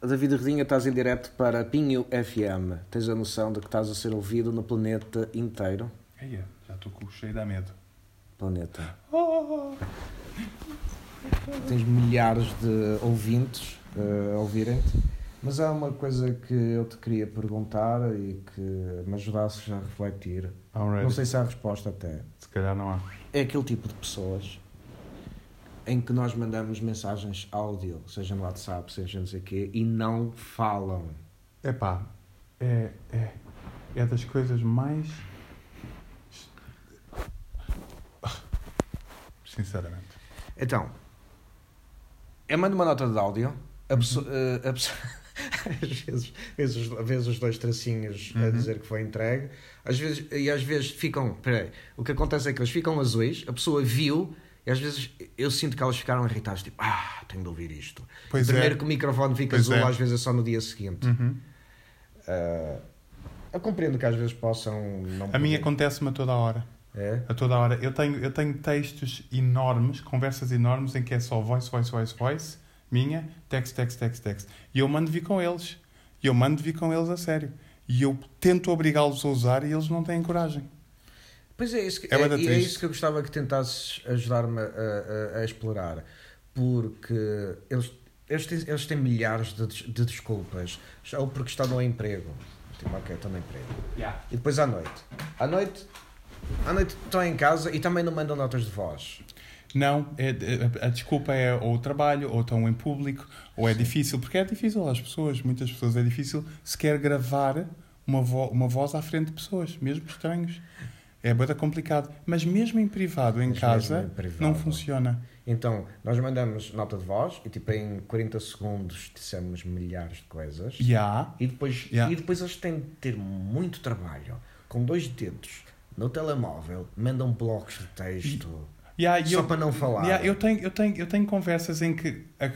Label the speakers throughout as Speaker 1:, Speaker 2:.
Speaker 1: David Redinha, estás em direto para Pinho FM. Tens a noção de que estás a ser ouvido no planeta inteiro?
Speaker 2: Eia, já estou com cheio de medo.
Speaker 1: Planeta.
Speaker 2: Oh!
Speaker 1: Tens milhares de ouvintes eh, a ouvirem-te. Mas há uma coisa que eu te queria perguntar e que me ajudasses a refletir.
Speaker 2: Alright.
Speaker 1: Não sei se há resposta até.
Speaker 2: Se calhar não há.
Speaker 1: É aquele tipo de pessoas em que nós mandamos mensagens áudio, seja no WhatsApp, seja não sei o quê, e não falam.
Speaker 2: Epá, é, é, é das coisas mais. Sinceramente.
Speaker 1: Então, eu mando uma nota de áudio. A pessoa,
Speaker 2: Uhum.
Speaker 1: eh, a pessoa- às vezes, vês os, vês os dois tracinhos
Speaker 2: Uhum.
Speaker 1: a dizer que foi entregue. Às vezes, e às vezes ficam. Peraí, o que acontece é que eles ficam azuis, a pessoa viu. E às vezes eu sinto que elas ficaram irritadas, tipo, ah, tenho de ouvir isto.
Speaker 2: Pois é.
Speaker 1: Primeiro que o microfone fica
Speaker 2: Pois
Speaker 1: azul,
Speaker 2: é.
Speaker 1: às vezes é só no dia seguinte.
Speaker 2: Uhum.
Speaker 1: Ah, eu compreendo que às vezes possam. Não
Speaker 2: A minha
Speaker 1: poder.
Speaker 2: acontece-me a toda hora.
Speaker 1: É?
Speaker 2: A toda hora. Eu tenho, eu tenho textos enormes, conversas enormes, em que é só voice, voice, voice, voice, minha, text, text, text, text. E eu mando vir com eles. E eu mando vir com eles a sério. E eu tento obrigá-los a usar e eles não têm coragem.
Speaker 1: Pois é, isso que,
Speaker 2: É
Speaker 1: é,
Speaker 2: bué da
Speaker 1: e é
Speaker 2: triste.
Speaker 1: isso que eu gostava que tentasses ajudar-me a, a- a explorar. Porque eles, eles, têm, eles têm milhares de, des- de desculpas. Ou porque estão no emprego. Tipo, ok, estou no emprego. E depois à noite. À noite. À noite estão em casa e também não mandam notas de voz.
Speaker 2: Não, é- é- a desculpa é ou o trabalho, ou estão em público, ou é difícil, porque é difícil às pessoas, muitas pessoas é difícil sequer gravar uma, vo- uma voz à frente de pessoas, mesmo estranhos. É bastante complicado. Mas mesmo em privado, em
Speaker 1: Mas
Speaker 2: casa,
Speaker 1: mesmo em privado.
Speaker 2: não funciona.
Speaker 1: Então, nós mandamos nota de voz e tipo em 40 segundos dissemos milhares de coisas.
Speaker 2: E há.
Speaker 1: E depois,
Speaker 2: Yeah.
Speaker 1: e depois eles têm de ter muito trabalho. Com dois dedos no telemóvel, mandam blocos de texto.
Speaker 2: E há e
Speaker 1: só
Speaker 2: eu,
Speaker 1: para não falar.
Speaker 2: Yeah, eu, tenho, eu, tenho, eu tenho conversas em que a-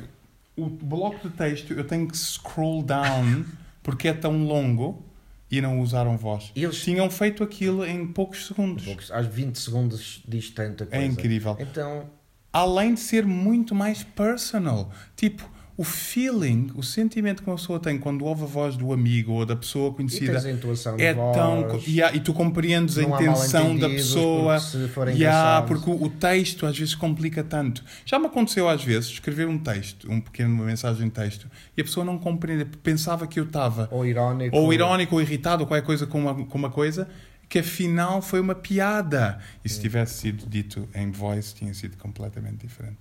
Speaker 2: o bloco de texto eu tenho que scroll down porque é tão longo e não usaram voz.
Speaker 1: E eles-
Speaker 2: tinham feito aquilo em poucos segundos.
Speaker 1: Blocos, às 20 segundos diz tanta coisa.
Speaker 2: É incrível.
Speaker 1: Então,
Speaker 2: Além de ser muito mais personal. Tipo, o feeling, o sentimento que uma pessoa tem quando ouve a voz do amigo ou da pessoa
Speaker 1: e tens a
Speaker 2: conhecida.
Speaker 1: entoação de
Speaker 2: É
Speaker 1: voz,
Speaker 2: tão. Yeah, e tu compreendes a
Speaker 1: não há
Speaker 2: intenção da
Speaker 1: mal-entendidos,
Speaker 2: pessoa.
Speaker 1: porque Se forem
Speaker 2: Yeah,
Speaker 1: engraçados-
Speaker 2: porque o, o texto às vezes complica tanto. Já me aconteceu às vezes escrever um texto, um pequeno, uma mensagem de texto, e a pessoa não compreende, pensava que eu estava
Speaker 1: Ou irónico.
Speaker 2: ou irónico ou irritado ou qualquer coisa com uma, com uma coisa, que afinal foi uma piada. E se tivesse sido dito em voz, tinha sido completamente diferente.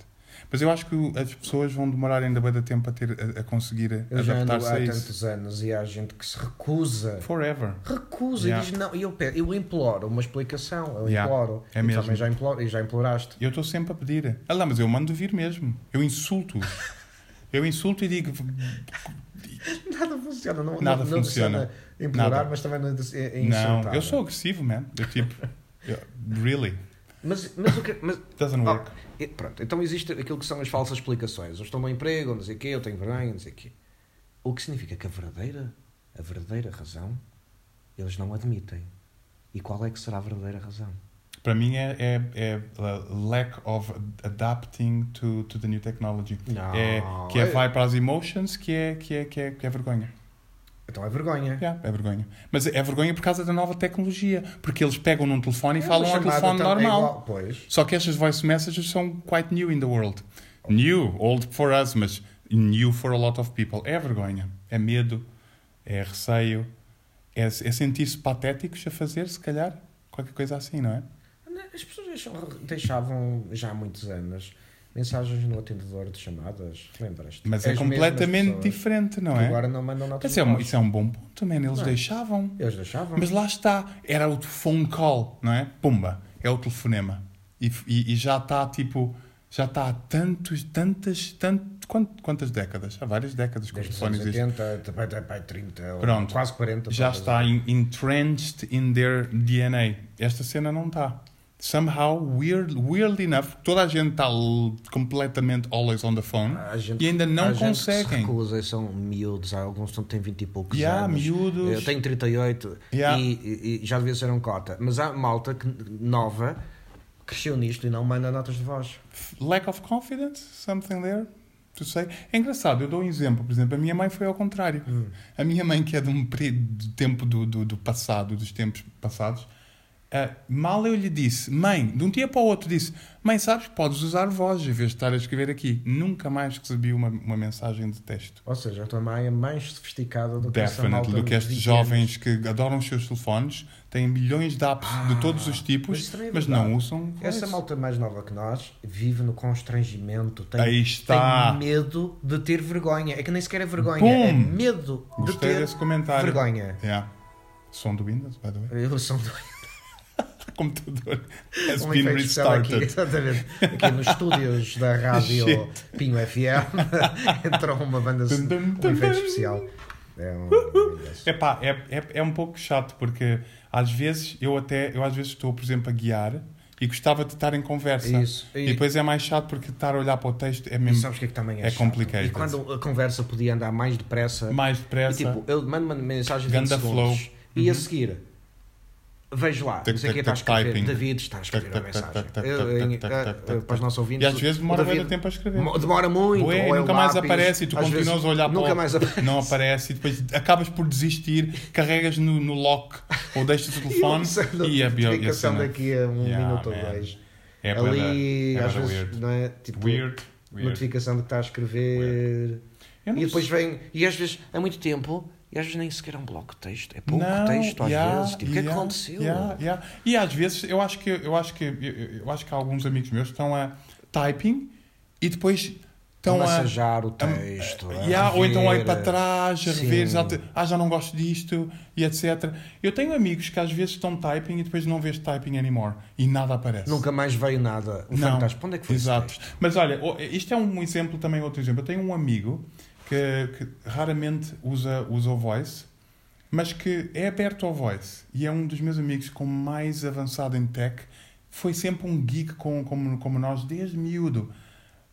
Speaker 2: Mas eu acho que o- as pessoas vão demorar ainda bem tempo a, ter, a, a conseguir
Speaker 1: Eu já ando há
Speaker 2: adaptar-se a isso.
Speaker 1: tantos anos e há gente que se recusa.
Speaker 2: Forever.
Speaker 1: Recusa
Speaker 2: Yeah.
Speaker 1: e diz não. E eu, pe- eu imploro uma explicação. Eu
Speaker 2: Yeah.
Speaker 1: imploro.
Speaker 2: É
Speaker 1: E
Speaker 2: mesmo.
Speaker 1: também já, imploro, e já imploraste.
Speaker 2: Eu estou sempre a pedir. Ah, lá, mas eu mando vir mesmo. Eu insulto. Eu insulto e digo.
Speaker 1: Nada funciona. Não,
Speaker 2: Nada
Speaker 1: não, não
Speaker 2: funciona.
Speaker 1: Implorar,
Speaker 2: Nada.
Speaker 1: mas também não é, é
Speaker 2: Não,
Speaker 1: insultar.
Speaker 2: eu sou agressivo, man. Eu tipo. eu- really?
Speaker 1: Mas, mas o que. Mas,
Speaker 2: Doesn't
Speaker 1: Ah,
Speaker 2: work.
Speaker 1: e- pronto, então existe aquilo que são as falsas explicações. Eu estou no emprego, não sei o quê, eu tenho vergonha, não sei o quê. O que significa que a verdadeira, a verdadeira razão eles não admitem. E qual é que será a verdadeira razão?
Speaker 2: Para mim é, é, é uh, lack of adapting to, to the new technology.
Speaker 1: Não,
Speaker 2: É, que é
Speaker 1: é-
Speaker 2: vai para as emotions, que é, que é, que é, que é vergonha.
Speaker 1: Então é vergonha.
Speaker 2: Yeah, é vergonha. Mas é vergonha por causa da nova tecnologia. Porque eles pegam num telefone e
Speaker 1: É
Speaker 2: falam
Speaker 1: uma
Speaker 2: ao
Speaker 1: chamada
Speaker 2: telefone
Speaker 1: tam- é
Speaker 2: normal.
Speaker 1: igual- pois.
Speaker 2: Só que estas voice messages são quite new in the world. New, old for us, mas new for a lot of people. É vergonha, é medo, é receio, é, é sentir-se patéticos a fazer, se calhar, qualquer coisa assim, não é?
Speaker 1: As pessoas deixam- deixavam já há muitos anos mensagens no atendedor de chamadas, lembras-te?
Speaker 2: Mas é
Speaker 1: As mesmas
Speaker 2: completamente
Speaker 1: pessoas
Speaker 2: diferente, não
Speaker 1: que
Speaker 2: é?
Speaker 1: Agora não mandam notas.
Speaker 2: Mas é
Speaker 1: de
Speaker 2: um,
Speaker 1: voz.
Speaker 2: isso é um bom ponto, man. Eles
Speaker 1: Não é?
Speaker 2: deixavam.
Speaker 1: Eles deixavam.
Speaker 2: Mas lá está, era o phone call, não é? Pumba, é o telefonema. E, e- e já está tipo, já está há tantos, tantas, tanto, quant- quantas décadas? Há várias décadas que os
Speaker 1: Desde os anos
Speaker 2: telefones existem.
Speaker 1: 80, até- até- até 30, ou
Speaker 2: Pronto.
Speaker 1: quase 40.
Speaker 2: Já
Speaker 1: talvez.
Speaker 2: está in- entrenched in their DNA. Esta cena não está. Somehow, weird, weird enough, toda a gente está l- completamente always on the phone
Speaker 1: Há gente-
Speaker 2: e ainda não
Speaker 1: há gente que se
Speaker 2: conseguem.
Speaker 1: recusa e são miúdos, há alguns que têm 20 e poucos
Speaker 2: Yeah,
Speaker 1: anos.
Speaker 2: miúdos.
Speaker 1: Eu tenho 38
Speaker 2: Yeah.
Speaker 1: e, e- e já devia ser um cota. Mas há malta que, nova cresceu nisto e não manda notas de voz.
Speaker 2: Lack of confidence, something there. Tu sei. É engraçado, eu dou um exemplo. Por exemplo, a minha mãe foi ao contrário. A minha mãe, que é de um período de tempo do, do, do passado, dos tempos passados, ah, mal eu lhe disse, mãe, de um dia para o outro disse, mãe, sabes, podes usar voz em vez de estar a escrever aqui. Nunca mais recebi uma, uma mensagem de texto.
Speaker 1: Ou seja, a tua mãe é mais sofisticada do que essa
Speaker 2: Definitely,
Speaker 1: malta
Speaker 2: do que
Speaker 1: dos
Speaker 2: estes
Speaker 1: 20 anos.
Speaker 2: jovens que adoram os seus telefones, têm milhões de apps de todos os
Speaker 1: mas
Speaker 2: tipos,
Speaker 1: Ah, isso também é
Speaker 2: mas
Speaker 1: verdade.
Speaker 2: não usam voz.
Speaker 1: Essa malta mais nova que nós vive no constrangimento. Tem,
Speaker 2: Aí está.
Speaker 1: tem medo de ter vergonha. É que nem sequer é vergonha.
Speaker 2: Pum!
Speaker 1: É medo de
Speaker 2: Gostei
Speaker 1: ter
Speaker 2: desse comentário.
Speaker 1: vergonha.
Speaker 2: Yeah. Som do Windows, by the way.
Speaker 1: Eu sou
Speaker 2: Computador has
Speaker 1: um
Speaker 2: been
Speaker 1: efeito especial aqui,
Speaker 2: restarted.
Speaker 1: exatamente. Aqui nos estúdios da rádio Pinho FM entrou uma banda
Speaker 2: Tum, tum,
Speaker 1: um
Speaker 2: tum,
Speaker 1: efeito
Speaker 2: tum.
Speaker 1: especial. É
Speaker 2: Uh,
Speaker 1: um,
Speaker 2: Epá, é, é, é um pouco chato porque às vezes eu até eu às vezes estou, por exemplo, a guiar e gostava de estar em conversa.
Speaker 1: Isso.
Speaker 2: E,
Speaker 1: E-
Speaker 2: depois é mais chato porque estar a olhar para o texto é
Speaker 1: E
Speaker 2: mesmo
Speaker 1: sabes o que é que também é,
Speaker 2: É
Speaker 1: chato?
Speaker 2: complicado.
Speaker 1: E quando a conversa podia andar mais depressa,
Speaker 2: mais depressa.
Speaker 1: e tipo, eu mando uma mensagem de 20
Speaker 2: Ganda
Speaker 1: segundos
Speaker 2: flow. Uhum.
Speaker 1: e a seguir vejo lá,
Speaker 2: Tac,
Speaker 1: não sei o que
Speaker 2: tac,
Speaker 1: está a
Speaker 2: tac,
Speaker 1: escrever,
Speaker 2: typing.
Speaker 1: David está a escrever
Speaker 2: Tac,
Speaker 1: a
Speaker 2: tac, tac,
Speaker 1: mensagem.
Speaker 2: tac,
Speaker 1: Eu,
Speaker 2: tac,
Speaker 1: em-
Speaker 2: tac,
Speaker 1: ah,
Speaker 2: tac, tac,
Speaker 1: ah, Para os nossos
Speaker 2: e
Speaker 1: ouvintes,
Speaker 2: às vezes demora
Speaker 1: o David
Speaker 2: muito tempo a escrever.
Speaker 1: mo- Demora muito,
Speaker 2: Ué,
Speaker 1: ou é
Speaker 2: nunca
Speaker 1: o
Speaker 2: mais
Speaker 1: lápis,
Speaker 2: aparece e tu
Speaker 1: às
Speaker 2: continuas
Speaker 1: vezes
Speaker 2: a olhar para
Speaker 1: Nunca
Speaker 2: o...
Speaker 1: mais aparece.
Speaker 2: Não aparece e depois acabas por desistir, carregas no, no lock ou deixas o telefone e a bio- e a
Speaker 1: notificação
Speaker 2: cena.
Speaker 1: daqui a um
Speaker 2: Yeah,
Speaker 1: minuto ou
Speaker 2: man.
Speaker 1: dois.
Speaker 2: É
Speaker 1: Ali,
Speaker 2: bué da- é
Speaker 1: às
Speaker 2: bué da
Speaker 1: vezes,
Speaker 2: weird.
Speaker 1: não é? Tipo,
Speaker 2: Weird, weird.
Speaker 1: notificação de que está a escrever.
Speaker 2: Eu não
Speaker 1: E depois
Speaker 2: sei-
Speaker 1: vem, e às vezes é muito tempo, e às vezes nem sequer é um bloco de texto, é pouco
Speaker 2: Não,
Speaker 1: texto às
Speaker 2: yeah,
Speaker 1: vezes. Tipo, o que é que
Speaker 2: yeah,
Speaker 1: aconteceu?
Speaker 2: yeah, yeah. E às vezes eu acho que eu acho que eu, eu- eu acho que há alguns amigos meus que estão a typing e depois estão a,
Speaker 1: Estão massajar o
Speaker 2: é,
Speaker 1: texto. a
Speaker 2: Yeah, ou então olho
Speaker 1: rever,
Speaker 2: para trás, a rever,
Speaker 1: é. Sim.
Speaker 2: exato, ah, já não gosto disto, e etc. Eu tenho amigos que às vezes estão typing e depois não vês typing anymore e nada aparece.
Speaker 1: Nunca mais veio nada. O fantasma, onde é que foi esse
Speaker 2: Exato.
Speaker 1: texto?
Speaker 2: Mas olha, o- isto é um exemplo também, outro exemplo. Eu tenho um amigo que, que raramente usa, usa o voice, mas que é aberto ao voice e é um dos meus amigos com mais avançado em tech. Foi sempre um geek com, como, como nós, desde miúdo.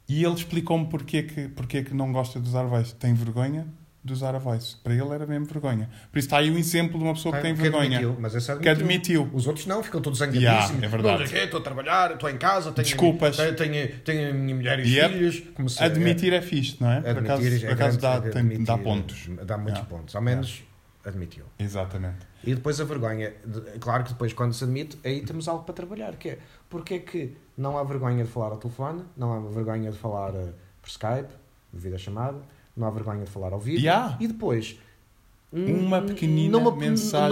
Speaker 2: E ele explicou-me porque que, porque que não gosta de usar voice. Tem vergonha de usar a voice. Para ele era mesmo vergonha. Por isso está aí o exemplo de uma pessoa que tem
Speaker 1: Que
Speaker 2: vergonha.
Speaker 1: admitiu, mas esse é
Speaker 2: Que admitiu.
Speaker 1: Os outros não, ficam todos zangadíssimos.
Speaker 2: Yeah, é verdade.
Speaker 1: Não sei o quê, Estou a trabalhar, estou em casa, tenho,
Speaker 2: Desculpas.
Speaker 1: Tenho, tenho, tenho a minha mulher e
Speaker 2: Yep.
Speaker 1: filhos. Comecei a-
Speaker 2: Admitir é fixe, não é? Por
Speaker 1: admitir
Speaker 2: acaso,
Speaker 1: é
Speaker 2: por acaso dá,
Speaker 1: grande-
Speaker 2: tem- dá
Speaker 1: admitir,
Speaker 2: pontos.
Speaker 1: Dá muitos
Speaker 2: Yeah.
Speaker 1: pontos. Ao menos admitiu.
Speaker 2: Exatamente.
Speaker 1: E depois a vergonha. de- Claro que depois, quando se admite, aí temos algo para trabalhar, que é porque é que não há vergonha de falar ao telefone, não há vergonha de falar eh, por Skype, devido à chamada, não há vergonha de falar ao vídeo.
Speaker 2: Yeah.
Speaker 1: E depois. hum,
Speaker 2: Uma
Speaker 1: n-
Speaker 2: pequenina mensagem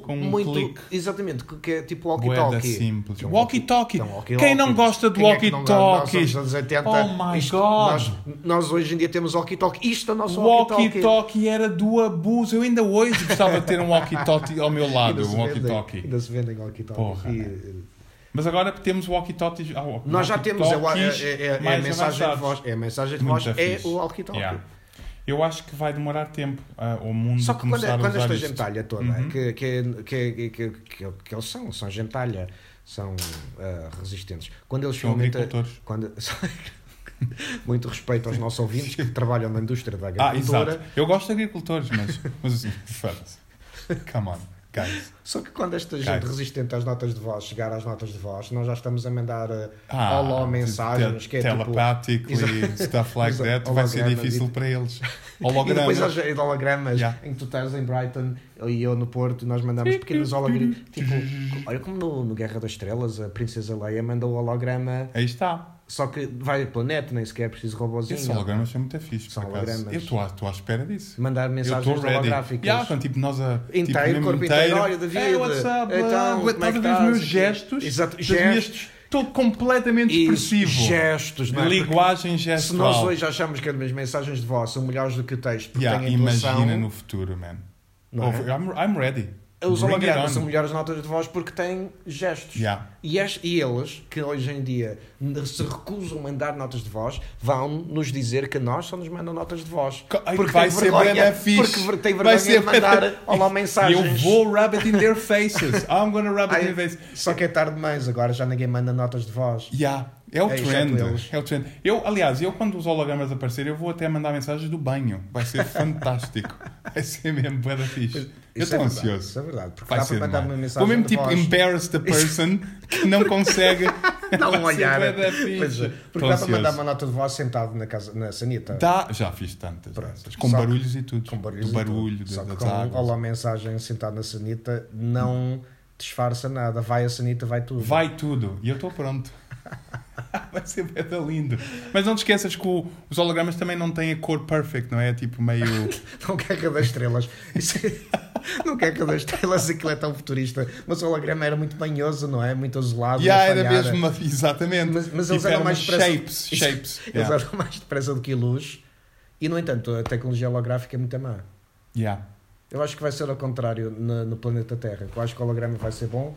Speaker 2: com um clique.
Speaker 1: tipo Exatamente, que, que é tipo
Speaker 2: Boeda
Speaker 1: walkie-talkie.
Speaker 2: simples.
Speaker 1: É um
Speaker 2: Walkie-talkie.
Speaker 1: é um walkie-talkie.
Speaker 2: Quem não gosta de
Speaker 1: Quem é que não gosta?
Speaker 2: walkie-talkies?
Speaker 1: Nós somos dos 80.
Speaker 2: Oh my
Speaker 1: Isto-
Speaker 2: God.
Speaker 1: Nós, nós hoje em dia temos walkie-talkie. Isto é o nosso walkie-talkie.
Speaker 2: Walkie-talkie era do abuso. Eu ainda hoje gostava de ter um walkie-talkie ao meu lado.
Speaker 1: Ainda se
Speaker 2: Um
Speaker 1: vendem-
Speaker 2: walkie-talkie.
Speaker 1: Ainda se vendem
Speaker 2: Porra,
Speaker 1: walkie-talkie.
Speaker 2: Mas agora temos walkie-talkies. ah,
Speaker 1: Nós já temos é, o- é,
Speaker 2: walkie-talkies
Speaker 1: é, é, é a
Speaker 2: mais
Speaker 1: mensagem de
Speaker 2: avançados.
Speaker 1: voz. É a mensagem de
Speaker 2: Muito
Speaker 1: voz, é
Speaker 2: fixe.
Speaker 1: o walkie-talkie.
Speaker 2: Yeah. Eu acho que vai demorar tempo ah, o mundo
Speaker 1: Só que quando, é-
Speaker 2: começar
Speaker 1: quando
Speaker 2: a usar
Speaker 1: esta
Speaker 2: isto.
Speaker 1: gentalha toda,
Speaker 2: Uhum.
Speaker 1: que, que, que, que, que, que, que eles são, são gentalha, são ah, resistentes. Quando eles
Speaker 2: São
Speaker 1: finalmente.
Speaker 2: agricultores.
Speaker 1: Quando, muito respeito aos nossos ouvintes que trabalham na indústria da
Speaker 2: Ah,
Speaker 1: agricultura.
Speaker 2: exato. Eu gosto de agricultores, mas, mas assim, foda-se. Come on, guys.
Speaker 1: Só que quando esta gente
Speaker 2: Cara.
Speaker 1: resistente às notas de voz chegar às notas de voz, nós já estamos a mandar uh,
Speaker 2: Ah,
Speaker 1: olá mensagens,
Speaker 2: te-
Speaker 1: que é tipo...
Speaker 2: telepathically, stuff like
Speaker 1: Exato.
Speaker 2: that, vai ser
Speaker 1: Hologramas
Speaker 2: difícil
Speaker 1: e-
Speaker 2: para eles.
Speaker 1: E depois
Speaker 2: Hologramas.
Speaker 1: há de hologramas
Speaker 2: Yeah.
Speaker 1: em que tu estás em Brighton e eu no Porto e nós mandamos pequenos hologramas. tipo, olha como no, no Guerra das Estrelas a Princesa Leia manda o holograma,
Speaker 2: Aí está.
Speaker 1: só que vai do planeta, nem sequer é preciso robozinho.
Speaker 2: Esses hologramas são muito fixe,
Speaker 1: São
Speaker 2: por acaso.
Speaker 1: hologramas.
Speaker 2: Eu estou à, estou à espera disso.
Speaker 1: Mandar
Speaker 2: Eu estou
Speaker 1: mensagens
Speaker 2: ready.
Speaker 1: holográficas.
Speaker 2: Yeah, então, tipo, nós a. tipo,
Speaker 1: Inteiro,
Speaker 2: mesmo
Speaker 1: corpo inteiro. Olha, David,
Speaker 2: Hey, what's up?
Speaker 1: então,
Speaker 2: Então,
Speaker 1: como é
Speaker 2: estás
Speaker 1: que
Speaker 2: a ver os meus
Speaker 1: estás?
Speaker 2: gestos?
Speaker 1: Exato,
Speaker 2: Os
Speaker 1: gestos.
Speaker 2: meus- Estou completamente
Speaker 1: E
Speaker 2: expressivo.
Speaker 1: gestos, não é?
Speaker 2: Linguagem
Speaker 1: Se
Speaker 2: gestual.
Speaker 1: nós hoje achamos que as mensagens de voz são melhores do que o texto, porque
Speaker 2: Yeah,
Speaker 1: têm atuação,
Speaker 2: imagina no futuro, man.
Speaker 1: Não é?
Speaker 2: Over- I'm, I'm ready.
Speaker 1: os
Speaker 2: Bring it
Speaker 1: hologramas
Speaker 2: on.
Speaker 1: são melhores notas de voz porque têm gestos.
Speaker 2: Yeah.
Speaker 1: E, as, e eles, que hoje em dia n- se recusam a mandar notas de voz, vão nos dizer que a nós só nos mandam notas de voz.
Speaker 2: Co- ai, vai
Speaker 1: têm
Speaker 2: ser bué da fixe.
Speaker 1: Porque ver- têm
Speaker 2: Vai
Speaker 1: vergonha
Speaker 2: ser
Speaker 1: de mandar
Speaker 2: bué da-
Speaker 1: olá mensagens.
Speaker 2: Eu vou rub it in their faces. I'm gonna rub it in
Speaker 1: Ai,
Speaker 2: their faces.
Speaker 1: só que é tarde demais, agora já ninguém manda notas de voz.
Speaker 2: Yeah, é o
Speaker 1: É,
Speaker 2: trend.
Speaker 1: exato eles.
Speaker 2: É o trend. Eu, aliás, eu quando os hologramas aparecerem, eu vou até mandar mensagens do banho. Vai ser fantástico. Vai ser mesmo bué da fixe. Eu
Speaker 1: Isso é
Speaker 2: estou
Speaker 1: verdade,
Speaker 2: ansioso.
Speaker 1: Isso é verdade, porque
Speaker 2: Vai
Speaker 1: dá para
Speaker 2: ser
Speaker 1: mandar uma
Speaker 2: demais. tipo Vou
Speaker 1: mensagem
Speaker 2: mesmo
Speaker 1: de
Speaker 2: tipo
Speaker 1: voz.
Speaker 2: embarrass the person que não consegue
Speaker 1: Dá um
Speaker 2: Vai ser
Speaker 1: olhar.
Speaker 2: bué da fixe.
Speaker 1: Pois é,
Speaker 2: Tô
Speaker 1: porque dá para mandar
Speaker 2: ansioso.
Speaker 1: uma nota de voz sentado na, casa, na sanita.
Speaker 2: Dá, já fiz tantas.
Speaker 1: Tá. Pronto.
Speaker 2: dessas, com
Speaker 1: Só que-
Speaker 2: barulhos e tudo.
Speaker 1: Com barulho.
Speaker 2: Do barulho,
Speaker 1: Só que
Speaker 2: das
Speaker 1: com
Speaker 2: águas.
Speaker 1: olá mensagem sentado na sanita não disfarça nada. Vai a sanita, vai tudo.
Speaker 2: Vai tudo. E eu estou pronto. Vai ser beta lindo. Mas não te esqueças que o- os hologramas também não têm a cor perfect, não é? É Tipo meio.
Speaker 1: Não quer cada estrelas. Isso é- Não quer cada estrelas, aquilo é tão futurista. Mas o holograma era muito banhoso, não é? Muito azulado.
Speaker 2: e ah, era
Speaker 1: falhara.
Speaker 2: mesmo. uma- Exatamente.
Speaker 1: Mas, mas
Speaker 2: Tipo,
Speaker 1: eles eram
Speaker 2: era
Speaker 1: mais
Speaker 2: umas
Speaker 1: depressa-
Speaker 2: Shapes. Shapes.
Speaker 1: Eles
Speaker 2: yeah.
Speaker 1: eram mais depressa do que luz. E, no entanto, a tecnologia holográfica é muito má.
Speaker 2: Yeah.
Speaker 1: Eu acho que vai ser ao contrário no, no planeta Terra. Eu acho que o holograma vai ser bom,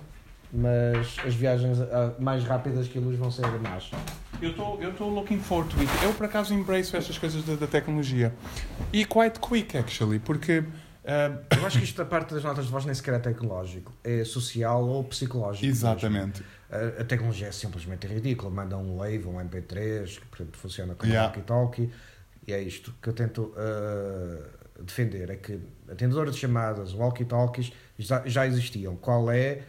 Speaker 1: mas as viagens ah, mais rápidas que a luz vão ser más.
Speaker 2: Eu estou eu tô looking forward to it. Eu, por acaso, embraço estas coisas da, da tecnologia. E quite quick, actually, porque. ah,
Speaker 1: Eu acho que isto da parte das notas de voz nem sequer é tecnológico. É social ou psicológico.
Speaker 2: exatamente.
Speaker 1: A, a tecnologia é simplesmente ridícula. Manda um wave, um MP3, que por exemplo, funciona como
Speaker 2: Yeah.
Speaker 1: walkie-talkie. E é isto que eu tento ah, defender. É que atendedores de chamadas, walkie-talkies, já, já existiam. Qual é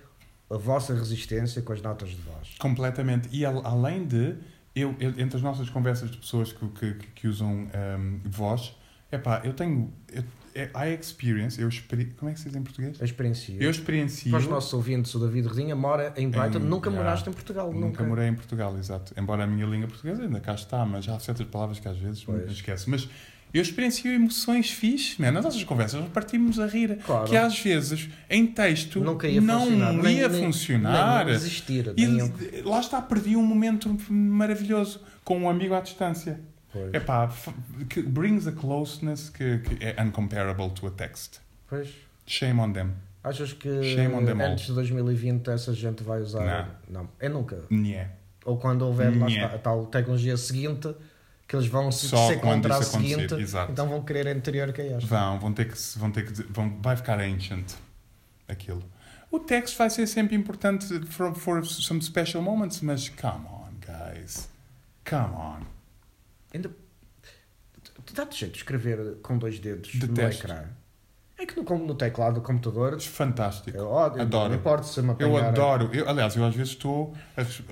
Speaker 1: a vossa resistência com as notas de voz?
Speaker 2: Completamente. E al- além de, eu, eu- entre as nossas conversas de pessoas que, que, que- que usam ahm, voz, epá, eu tenho. Eu, é- I experience, eu experi, como é que se diz em português?
Speaker 1: A experiência.
Speaker 2: Eu experiencio.
Speaker 1: Para os nossos ouvintes, o David Redinha mora em Brighton,
Speaker 2: Em-
Speaker 1: nunca
Speaker 2: já.
Speaker 1: moraste em Portugal.
Speaker 2: Nunca,
Speaker 1: Nunca,
Speaker 2: morei em Portugal, exato. Embora a minha língua portuguesa ainda cá está, mas há certas palavras que às vezes me
Speaker 1: Pois.
Speaker 2: esqueço. Mas eu experiencio emoções fixe, man. Nas nossas conversas nós partimos a rir.
Speaker 1: Claro.
Speaker 2: Que às vezes, em texto,
Speaker 1: Nunca ia funcionar.
Speaker 2: Não
Speaker 1: Nem-
Speaker 2: ia
Speaker 1: nem-
Speaker 2: funcionar.
Speaker 1: Nem existir.
Speaker 2: E
Speaker 1: nem-
Speaker 2: lá está, perdi um momento maravilhoso com um amigo à distância.
Speaker 1: Pois,
Speaker 2: Epá, f- que brings a closeness que, que é uncomparable to a text.
Speaker 1: pois.
Speaker 2: Shame on them.
Speaker 1: Achas que
Speaker 2: Shame on them all.
Speaker 1: antes de 2020 essa gente vai usar? Não. É nunca.
Speaker 2: Yeah.
Speaker 1: Ou quando houver lá
Speaker 2: Nhé.
Speaker 1: está, a tal tecnologia seguinte, que eles vão se
Speaker 2: Só
Speaker 1: ser
Speaker 2: quando
Speaker 1: contra a
Speaker 2: isso acontecer,
Speaker 1: seguinte,
Speaker 2: exato.
Speaker 1: então vão querer anterior que é esta.
Speaker 2: Vão, vão ter que se- vão ter que dizer- vão, vai ficar ancient aquilo. O texto vai ser sempre importante for, for some special moments, mas come on, guys. Come on.
Speaker 1: Ainda... Tu dá-te jeito de escrever com dois dedos no
Speaker 2: Detesto.
Speaker 1: ecrã? É que no, com- no teclado do computador...
Speaker 2: Fantástico.
Speaker 1: Eu ódio,
Speaker 2: Adoro.
Speaker 1: Não importa se me
Speaker 2: Eu
Speaker 1: apanhar-
Speaker 2: adoro. Eu, aliás, eu às vezes estou. a res-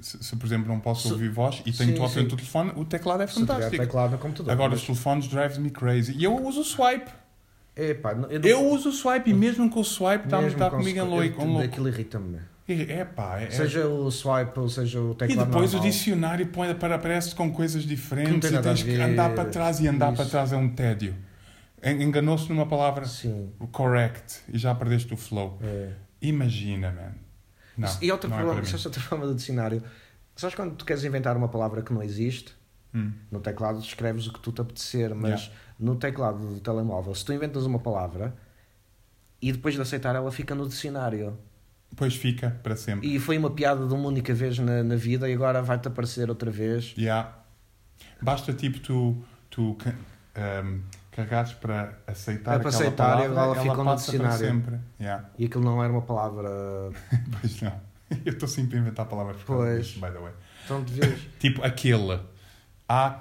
Speaker 2: Se, se, por exemplo, não posso
Speaker 1: Se-
Speaker 2: ouvir voz e
Speaker 1: Sim,
Speaker 2: tenho toque
Speaker 1: sim.
Speaker 2: no telefone, o teclado é
Speaker 1: Se tiver
Speaker 2: fantástico.
Speaker 1: teclado no computador.
Speaker 2: Agora,
Speaker 1: mas-
Speaker 2: os telefones drives me crazy. E eu uso o swipe.
Speaker 1: Epá, não- eu, não-
Speaker 2: Eu uso o swipe e mesmo com o swipe está-me
Speaker 1: mesmo
Speaker 2: tá
Speaker 1: com
Speaker 2: comigo em
Speaker 1: sequ-
Speaker 2: louco.
Speaker 1: eu-
Speaker 2: em louco.
Speaker 1: Aquilo irrita-me.
Speaker 2: E- Epá, é, é,
Speaker 1: Seja o swipe ou seja o
Speaker 2: E
Speaker 1: teclado
Speaker 2: depois o
Speaker 1: normal.
Speaker 2: dicionário põe, para- aparece com coisas
Speaker 1: Que não
Speaker 2: diferentes
Speaker 1: tem
Speaker 2: e
Speaker 1: nada
Speaker 2: tens
Speaker 1: a
Speaker 2: que
Speaker 1: ver.
Speaker 2: andar para trás e andar
Speaker 1: Isso.
Speaker 2: para trás é um tédio. En- Enganou-se numa palavra
Speaker 1: Sim.
Speaker 2: correct e já perdeste o flow.
Speaker 1: é.
Speaker 2: Imagina, man. Não,
Speaker 1: Isso- e outro
Speaker 2: não é
Speaker 1: problema,
Speaker 2: para mim.
Speaker 1: sabes outro problema do dicionário? Sabes quando tu queres inventar uma palavra que não existe?
Speaker 2: Hum.
Speaker 1: No teclado escreves o que tu te apetecer, mas no teclado do telemóvel, se tu inventas uma palavra e depois de aceitar ela fica no dicionário.
Speaker 2: Pois fica para sempre.
Speaker 1: E foi uma piada de uma única vez na, na vida e agora vai-te aparecer outra vez.
Speaker 2: Yeah. Basta tipo tu, tu ca- ehm, carregares para aceitar
Speaker 1: É para
Speaker 2: aquela
Speaker 1: aceitar e
Speaker 2: palavra,
Speaker 1: agora
Speaker 2: ela
Speaker 1: fica no
Speaker 2: passa para
Speaker 1: dicionário.
Speaker 2: sempre. Yeah.
Speaker 1: E aquilo não era uma palavra.
Speaker 2: pois não. Eu estou sempre a inventar palavras por causa
Speaker 1: Pois.
Speaker 2: disso, by the way.
Speaker 1: Então devias.
Speaker 2: Tipo aquele.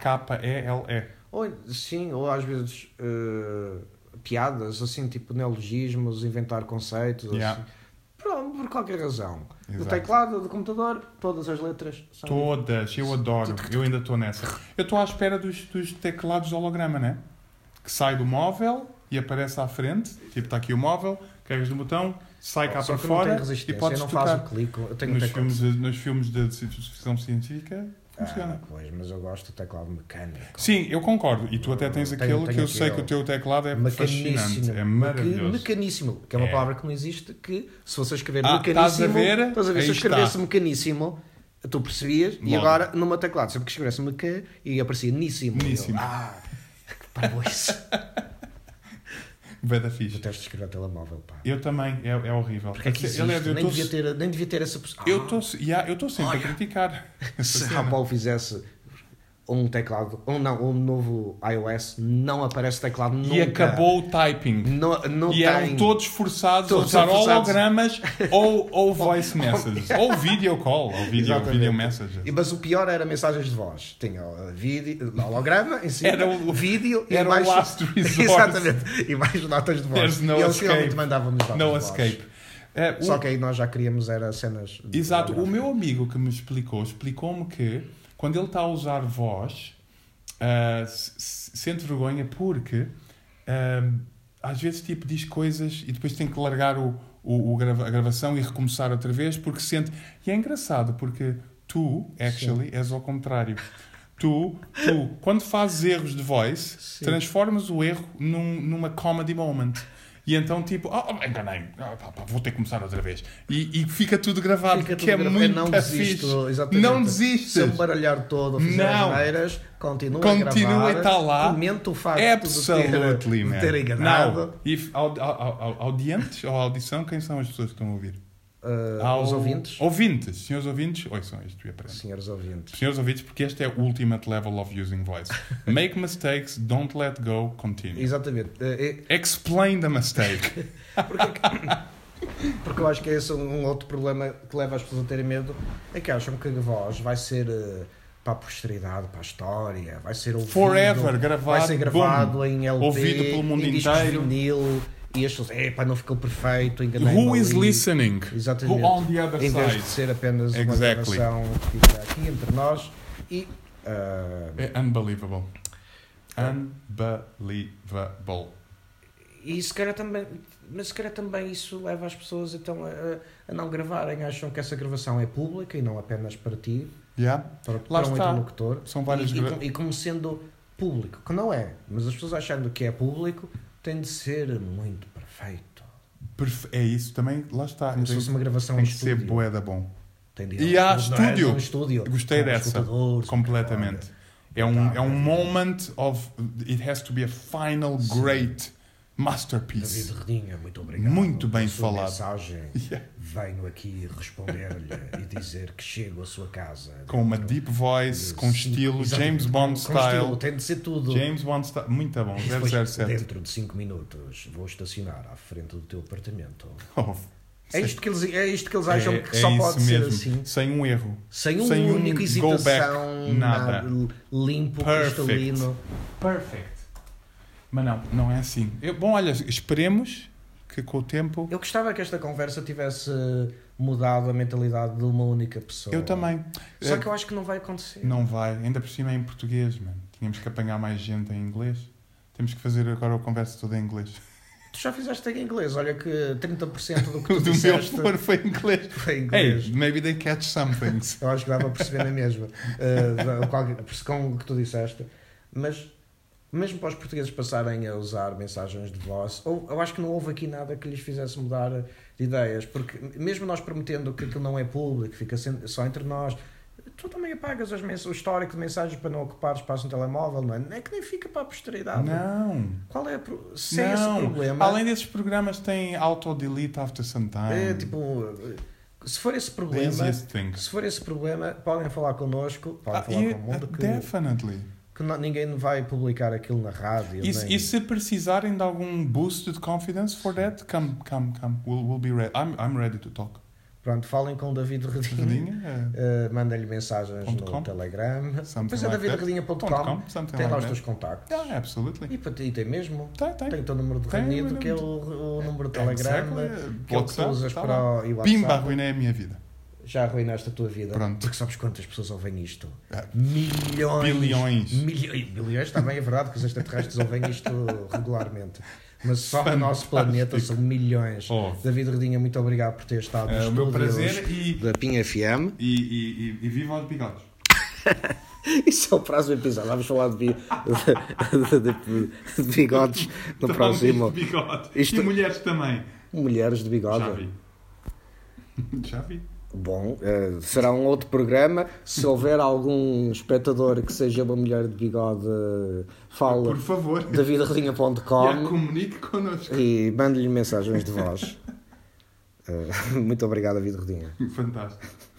Speaker 2: A-K-E-L-E.
Speaker 1: Ou, sim, ou às vezes eh, piadas, assim, tipo neologismos, inventar conceitos,
Speaker 2: Yeah.
Speaker 1: assim. Pronto, por qualquer razão. No
Speaker 2: Exato.
Speaker 1: teclado, do computador, todas as letras são.
Speaker 2: Todas, eu adoro, eu ainda estou nessa. Eu estou à espera dos, dos teclados de holograma, né? Que sai do móvel e aparece à frente, tipo, está aqui o móvel, carregas no botão, sai cá
Speaker 1: Só
Speaker 2: para
Speaker 1: que não tem
Speaker 2: fora e
Speaker 1: resistência,
Speaker 2: podes
Speaker 1: não faz
Speaker 2: tocar.
Speaker 1: o clique. Eu tenho um
Speaker 2: Nos
Speaker 1: teclado.
Speaker 2: filmes, de- nos filmes de ci- ficção científica,
Speaker 1: Ah,
Speaker 2: funciona.
Speaker 1: pois, mas eu gosto do teclado mecânico.
Speaker 2: Sim, eu concordo. E tu até tens
Speaker 1: Tenho-
Speaker 2: aquele
Speaker 1: tenho
Speaker 2: que eu sei
Speaker 1: aquele.
Speaker 2: que o teu teclado é fascinante,
Speaker 1: Mecaníssimo.
Speaker 2: é
Speaker 1: Que-
Speaker 2: maravilhoso.
Speaker 1: Mecaníssimo, que é uma
Speaker 2: É.
Speaker 1: palavra que não existe, que se você escrever
Speaker 2: Ah,
Speaker 1: mecaníssimo.
Speaker 2: estás a ver?
Speaker 1: Estás a ver?
Speaker 2: Aí
Speaker 1: Se eu escrevesse
Speaker 2: está.
Speaker 1: mecaníssimo, tu percebias, e
Speaker 2: Logo.
Speaker 1: agora numa teclado, sempre que escrevesse meca e aparecia níssimo. e eu,
Speaker 2: Níssimo.
Speaker 1: ah, que parvo isso.
Speaker 2: Beda fixe.
Speaker 1: Detesto escrever ao telemóvel, pá.
Speaker 2: Eu também, é, é horrível.
Speaker 1: Porque é que existe?
Speaker 2: Aliás, eu
Speaker 1: nem,
Speaker 2: tô-
Speaker 1: devia ter, nem devia ter essa possibilidade. Ah,
Speaker 2: eu estou yeah, eu tô sempre a criticar. essa
Speaker 1: Se
Speaker 2: cena.
Speaker 1: a Apple fizesse um teclado, um, não, um novo iOS, não aparece teclado nunca.
Speaker 2: E acabou o typing.
Speaker 1: Não, não
Speaker 2: e é um
Speaker 1: tem.
Speaker 2: eram todos forçados
Speaker 1: Todos
Speaker 2: a usar
Speaker 1: forçados.
Speaker 2: hologramas ou, ou voice messages. ou video call, ou video,
Speaker 1: Exatamente.
Speaker 2: video messages.
Speaker 1: E- Mas o pior era mensagens de voz. Tinha uh, vídeo, holograma, em cima,
Speaker 2: Era o-
Speaker 1: vídeo e
Speaker 2: era o
Speaker 1: mais
Speaker 2: last resort.
Speaker 1: Exatamente. E mais notas de voz.
Speaker 2: There's no
Speaker 1: e eles
Speaker 2: escape.
Speaker 1: realmente mandavam-nos notas
Speaker 2: No
Speaker 1: de voz.
Speaker 2: escape. É, o-
Speaker 1: Só que aí nós já queríamos era cenas. de-
Speaker 2: Exato. O
Speaker 1: gráfica.
Speaker 2: meu amigo que me explicou, explicou-me que quando ele está a usar voz, ah, se- se- sente vergonha porque ah, às vezes tipo, diz coisas e depois tem que largar o, o, o grava- a gravação e recomeçar outra vez porque sente. E é engraçado porque tu, actually, és ao contrário. Tu, tu, quando fazes erros de voice,
Speaker 1: Sim.
Speaker 2: transformas o erro num- numa comedy moment. E então, tipo, oh, oh, enganei-me, Ah, pá, pá, vou ter que começar outra vez. E, e fica tudo gravado,
Speaker 1: Fica
Speaker 2: que
Speaker 1: tudo
Speaker 2: é
Speaker 1: gravado.
Speaker 2: muito
Speaker 1: não
Speaker 2: fixe.
Speaker 1: desisto, exatamente.
Speaker 2: Não É
Speaker 1: Se eu
Speaker 2: desistes.
Speaker 1: me baralhar todo, fizer
Speaker 2: Não.
Speaker 1: asneiras, continua,
Speaker 2: Continua
Speaker 1: a
Speaker 2: e
Speaker 1: gravar.
Speaker 2: tá lá. É
Speaker 1: Comenta o facto de
Speaker 2: Absolutely,
Speaker 1: ter,
Speaker 2: man.
Speaker 1: de ter enganado
Speaker 2: Não. E ao, ao, ao- audientes ou audição, quem são as pessoas que estão a ouvir?
Speaker 1: ah,
Speaker 2: Ao-
Speaker 1: os ouvintes.
Speaker 2: Ouvintes. Senhores ouvintes. Oi, são isto, eu aprendo.
Speaker 1: Senhores ouvintes.
Speaker 2: Senhores ouvintes, porque este é o ultimate level of using voice. Make mistakes, don't let go, continue.
Speaker 1: Exatamente. Eh,
Speaker 2: Explain the mistake.
Speaker 1: eh, Porque, porque eu acho que esse é um outro problema que leva as pessoas a terem medo. É que acham que a voz vai ser eh, para a posteridade, para a história, vai ser ouvido.
Speaker 2: Forever, gravado.
Speaker 1: vai ser gravado
Speaker 2: boom.
Speaker 1: em LP,
Speaker 2: Ouvido pelo mundo
Speaker 1: em discos
Speaker 2: inteiro.
Speaker 1: vinil, e as pessoas, epá, não ficou perfeito, enganei
Speaker 2: Who is listening?
Speaker 1: Exatamente.
Speaker 2: Who on the other
Speaker 1: Em vez de
Speaker 2: side?
Speaker 1: ser apenas uma
Speaker 2: Exactly.
Speaker 1: gravação que fica aqui entre nós e... ah,
Speaker 2: É unbelievable. Unbelievable.
Speaker 1: e se calhar também... Mas se calhar também isso leva as pessoas então a, a não gravarem. Acham que essa gravação é pública e não apenas para ti,
Speaker 2: Yeah.
Speaker 1: para,
Speaker 2: Lá
Speaker 1: para um
Speaker 2: está.
Speaker 1: interlocutor.
Speaker 2: São várias
Speaker 1: e, e,
Speaker 2: gra-
Speaker 1: com- e como sendo público, que não é. Mas as pessoas achando que é público tem de ser muito perfeito.
Speaker 2: Perfe- É isso também, lá está.
Speaker 1: Como se
Speaker 2: Tem,
Speaker 1: fosse uma gravação
Speaker 2: tem
Speaker 1: em
Speaker 2: que ser
Speaker 1: estúdio.
Speaker 2: boeda bom.
Speaker 1: Tem de ir
Speaker 2: E
Speaker 1: ao
Speaker 2: há
Speaker 1: estúdio, não é?
Speaker 2: estúdio.
Speaker 1: Um estúdio.
Speaker 2: Gostei
Speaker 1: Com
Speaker 2: dessa.
Speaker 1: escutadores,
Speaker 2: Completamente. É um,
Speaker 1: Tá,
Speaker 2: é um moment of. It has to be a final great
Speaker 1: David
Speaker 2: masterpiece.
Speaker 1: Redinha, muito obrigado.
Speaker 2: Muito bem
Speaker 1: pela sua
Speaker 2: falado.
Speaker 1: mensagem.
Speaker 2: Yeah.
Speaker 1: Venho aqui responder-lhe e dizer que chego à sua casa.
Speaker 2: Com uma deep voice, com estilo
Speaker 1: Exatamente,
Speaker 2: James Bond
Speaker 1: com estilo,
Speaker 2: style.
Speaker 1: tem de ser tudo.
Speaker 2: James Bond style. Muito bom,
Speaker 1: E depois,
Speaker 2: 007.
Speaker 1: dentro de 5 minutos, vou estacionar à frente do teu apartamento.
Speaker 2: Oh,
Speaker 1: É
Speaker 2: sei-
Speaker 1: isto que eles, é isto que eles acham
Speaker 2: é-
Speaker 1: que
Speaker 2: é
Speaker 1: só
Speaker 2: isso
Speaker 1: pode ser
Speaker 2: mesmo.
Speaker 1: assim.
Speaker 2: Sem um erro.
Speaker 1: Sem um
Speaker 2: Sem um
Speaker 1: único
Speaker 2: go
Speaker 1: hesitação,
Speaker 2: back, nada.
Speaker 1: limpo,
Speaker 2: Perfect.
Speaker 1: cristalino.
Speaker 2: Perfect. Mas não, não é assim. Eu- bom, olha, esperemos que com o tempo.
Speaker 1: Eu gostava que esta conversa tivesse mudado a mentalidade de uma única pessoa.
Speaker 2: Eu também.
Speaker 1: Só
Speaker 2: Eh,
Speaker 1: que eu acho que não vai acontecer.
Speaker 2: Não vai, ainda por cima é em português, mano. Tínhamos que apanhar mais gente em inglês. Temos que fazer agora a conversa toda em inglês.
Speaker 1: Tu já fizeste em inglês, olha que 30% do que
Speaker 2: O
Speaker 1: tu
Speaker 2: do meu
Speaker 1: disseste
Speaker 2: for foi em inglês.
Speaker 1: foi em inglês.
Speaker 2: Hey, maybe they catch some things.
Speaker 1: Eu acho que dá para perceber na mesma, eh, da- qualquer- com o que tu disseste. Mas mesmo para os portugueses passarem a usar mensagens de voz, ou, eu acho que não houve aqui nada que lhes fizesse mudar de ideias, porque mesmo nós prometendo que aquilo não é público, fica sem- só entre nós, tu também apagas as mens- o histórico de mensagens para não ocupar espaço no telemóvel, não é? Não é que nem fica para a
Speaker 2: Tá
Speaker 1: posteridade.
Speaker 2: Não.
Speaker 1: Qual é a pro... Sem
Speaker 2: não.
Speaker 1: esse problema...
Speaker 2: Além desses programas, tem auto-delete after some time.
Speaker 1: É, tipo, se for esse
Speaker 2: The
Speaker 1: problema,
Speaker 2: easiest things.
Speaker 1: se for esse problema, podem falar connosco, podem
Speaker 2: Ah,
Speaker 1: falar
Speaker 2: e-
Speaker 1: com o mundo que,
Speaker 2: Definitely.
Speaker 1: que não- ninguém vai publicar aquilo na rádio.
Speaker 2: E,
Speaker 1: nem-
Speaker 2: e se precisarem de algum boost de confidence for that, come, come, come. We'll, we'll be ready. I'm, I'm ready to talk.
Speaker 1: Pronto, falem com o David Redinho,
Speaker 2: Redinha?
Speaker 1: eh, mandem-lhe mensagens
Speaker 2: Ponto
Speaker 1: no
Speaker 2: com.
Speaker 1: Telegram.
Speaker 2: Something
Speaker 1: Depois é
Speaker 2: like that. Ponto
Speaker 1: davidredinha.com,
Speaker 2: com, something
Speaker 1: tem lá os
Speaker 2: like
Speaker 1: teus
Speaker 2: that.
Speaker 1: contactos.
Speaker 2: Yeah, absolutely.
Speaker 1: E, para ti, tem mesmo.
Speaker 2: Tem, tem.
Speaker 1: Tem o teu número de
Speaker 2: Tem o
Speaker 1: reunido,
Speaker 2: meu
Speaker 1: que é
Speaker 2: número
Speaker 1: o, o número de
Speaker 2: É,
Speaker 1: Telegram,
Speaker 2: exactly.
Speaker 1: que é o que tu
Speaker 2: WhatsApp,
Speaker 1: usas
Speaker 2: tá
Speaker 1: para
Speaker 2: lá.
Speaker 1: o e o
Speaker 2: Pimba,
Speaker 1: WhatsApp.
Speaker 2: arruinei a minha vida.
Speaker 1: Já arruinaste a tua vida.
Speaker 2: Pronto.
Speaker 1: Porque sabes quantas pessoas ouvem isto?
Speaker 2: Ah,
Speaker 1: Milhões.
Speaker 2: bilhões.
Speaker 1: Milhões. Bilhões também é verdade que os extraterrestres ouvem isto regularmente. Mas só no nosso planeta são milhões.
Speaker 2: Oh.
Speaker 1: David Redinha, muito obrigado por ter estado
Speaker 2: É
Speaker 1: nos
Speaker 2: o meu
Speaker 1: estúdios
Speaker 2: prazer e,
Speaker 1: Da Pinha FM.
Speaker 2: e, e, e, e viva os bigodes.
Speaker 1: Isso é o próximo episódio. Vamos falar de, bi- de- de- de- de bigodes no próximo.
Speaker 2: Bigode.
Speaker 1: Isto-
Speaker 2: E mulheres também.
Speaker 1: Mulheres de
Speaker 2: Já
Speaker 1: bigode.
Speaker 2: vi. Já vi.
Speaker 1: Bom, eh, será um outro programa. Se houver algum espectador que seja uma mulher de bigode, eh, fala
Speaker 2: Por favor, já
Speaker 1: davidredinha.com
Speaker 2: comunique connosco.
Speaker 1: e mande-lhe mensagens de voz. Eh, Muito obrigado, David Redinha.
Speaker 2: Fantástico.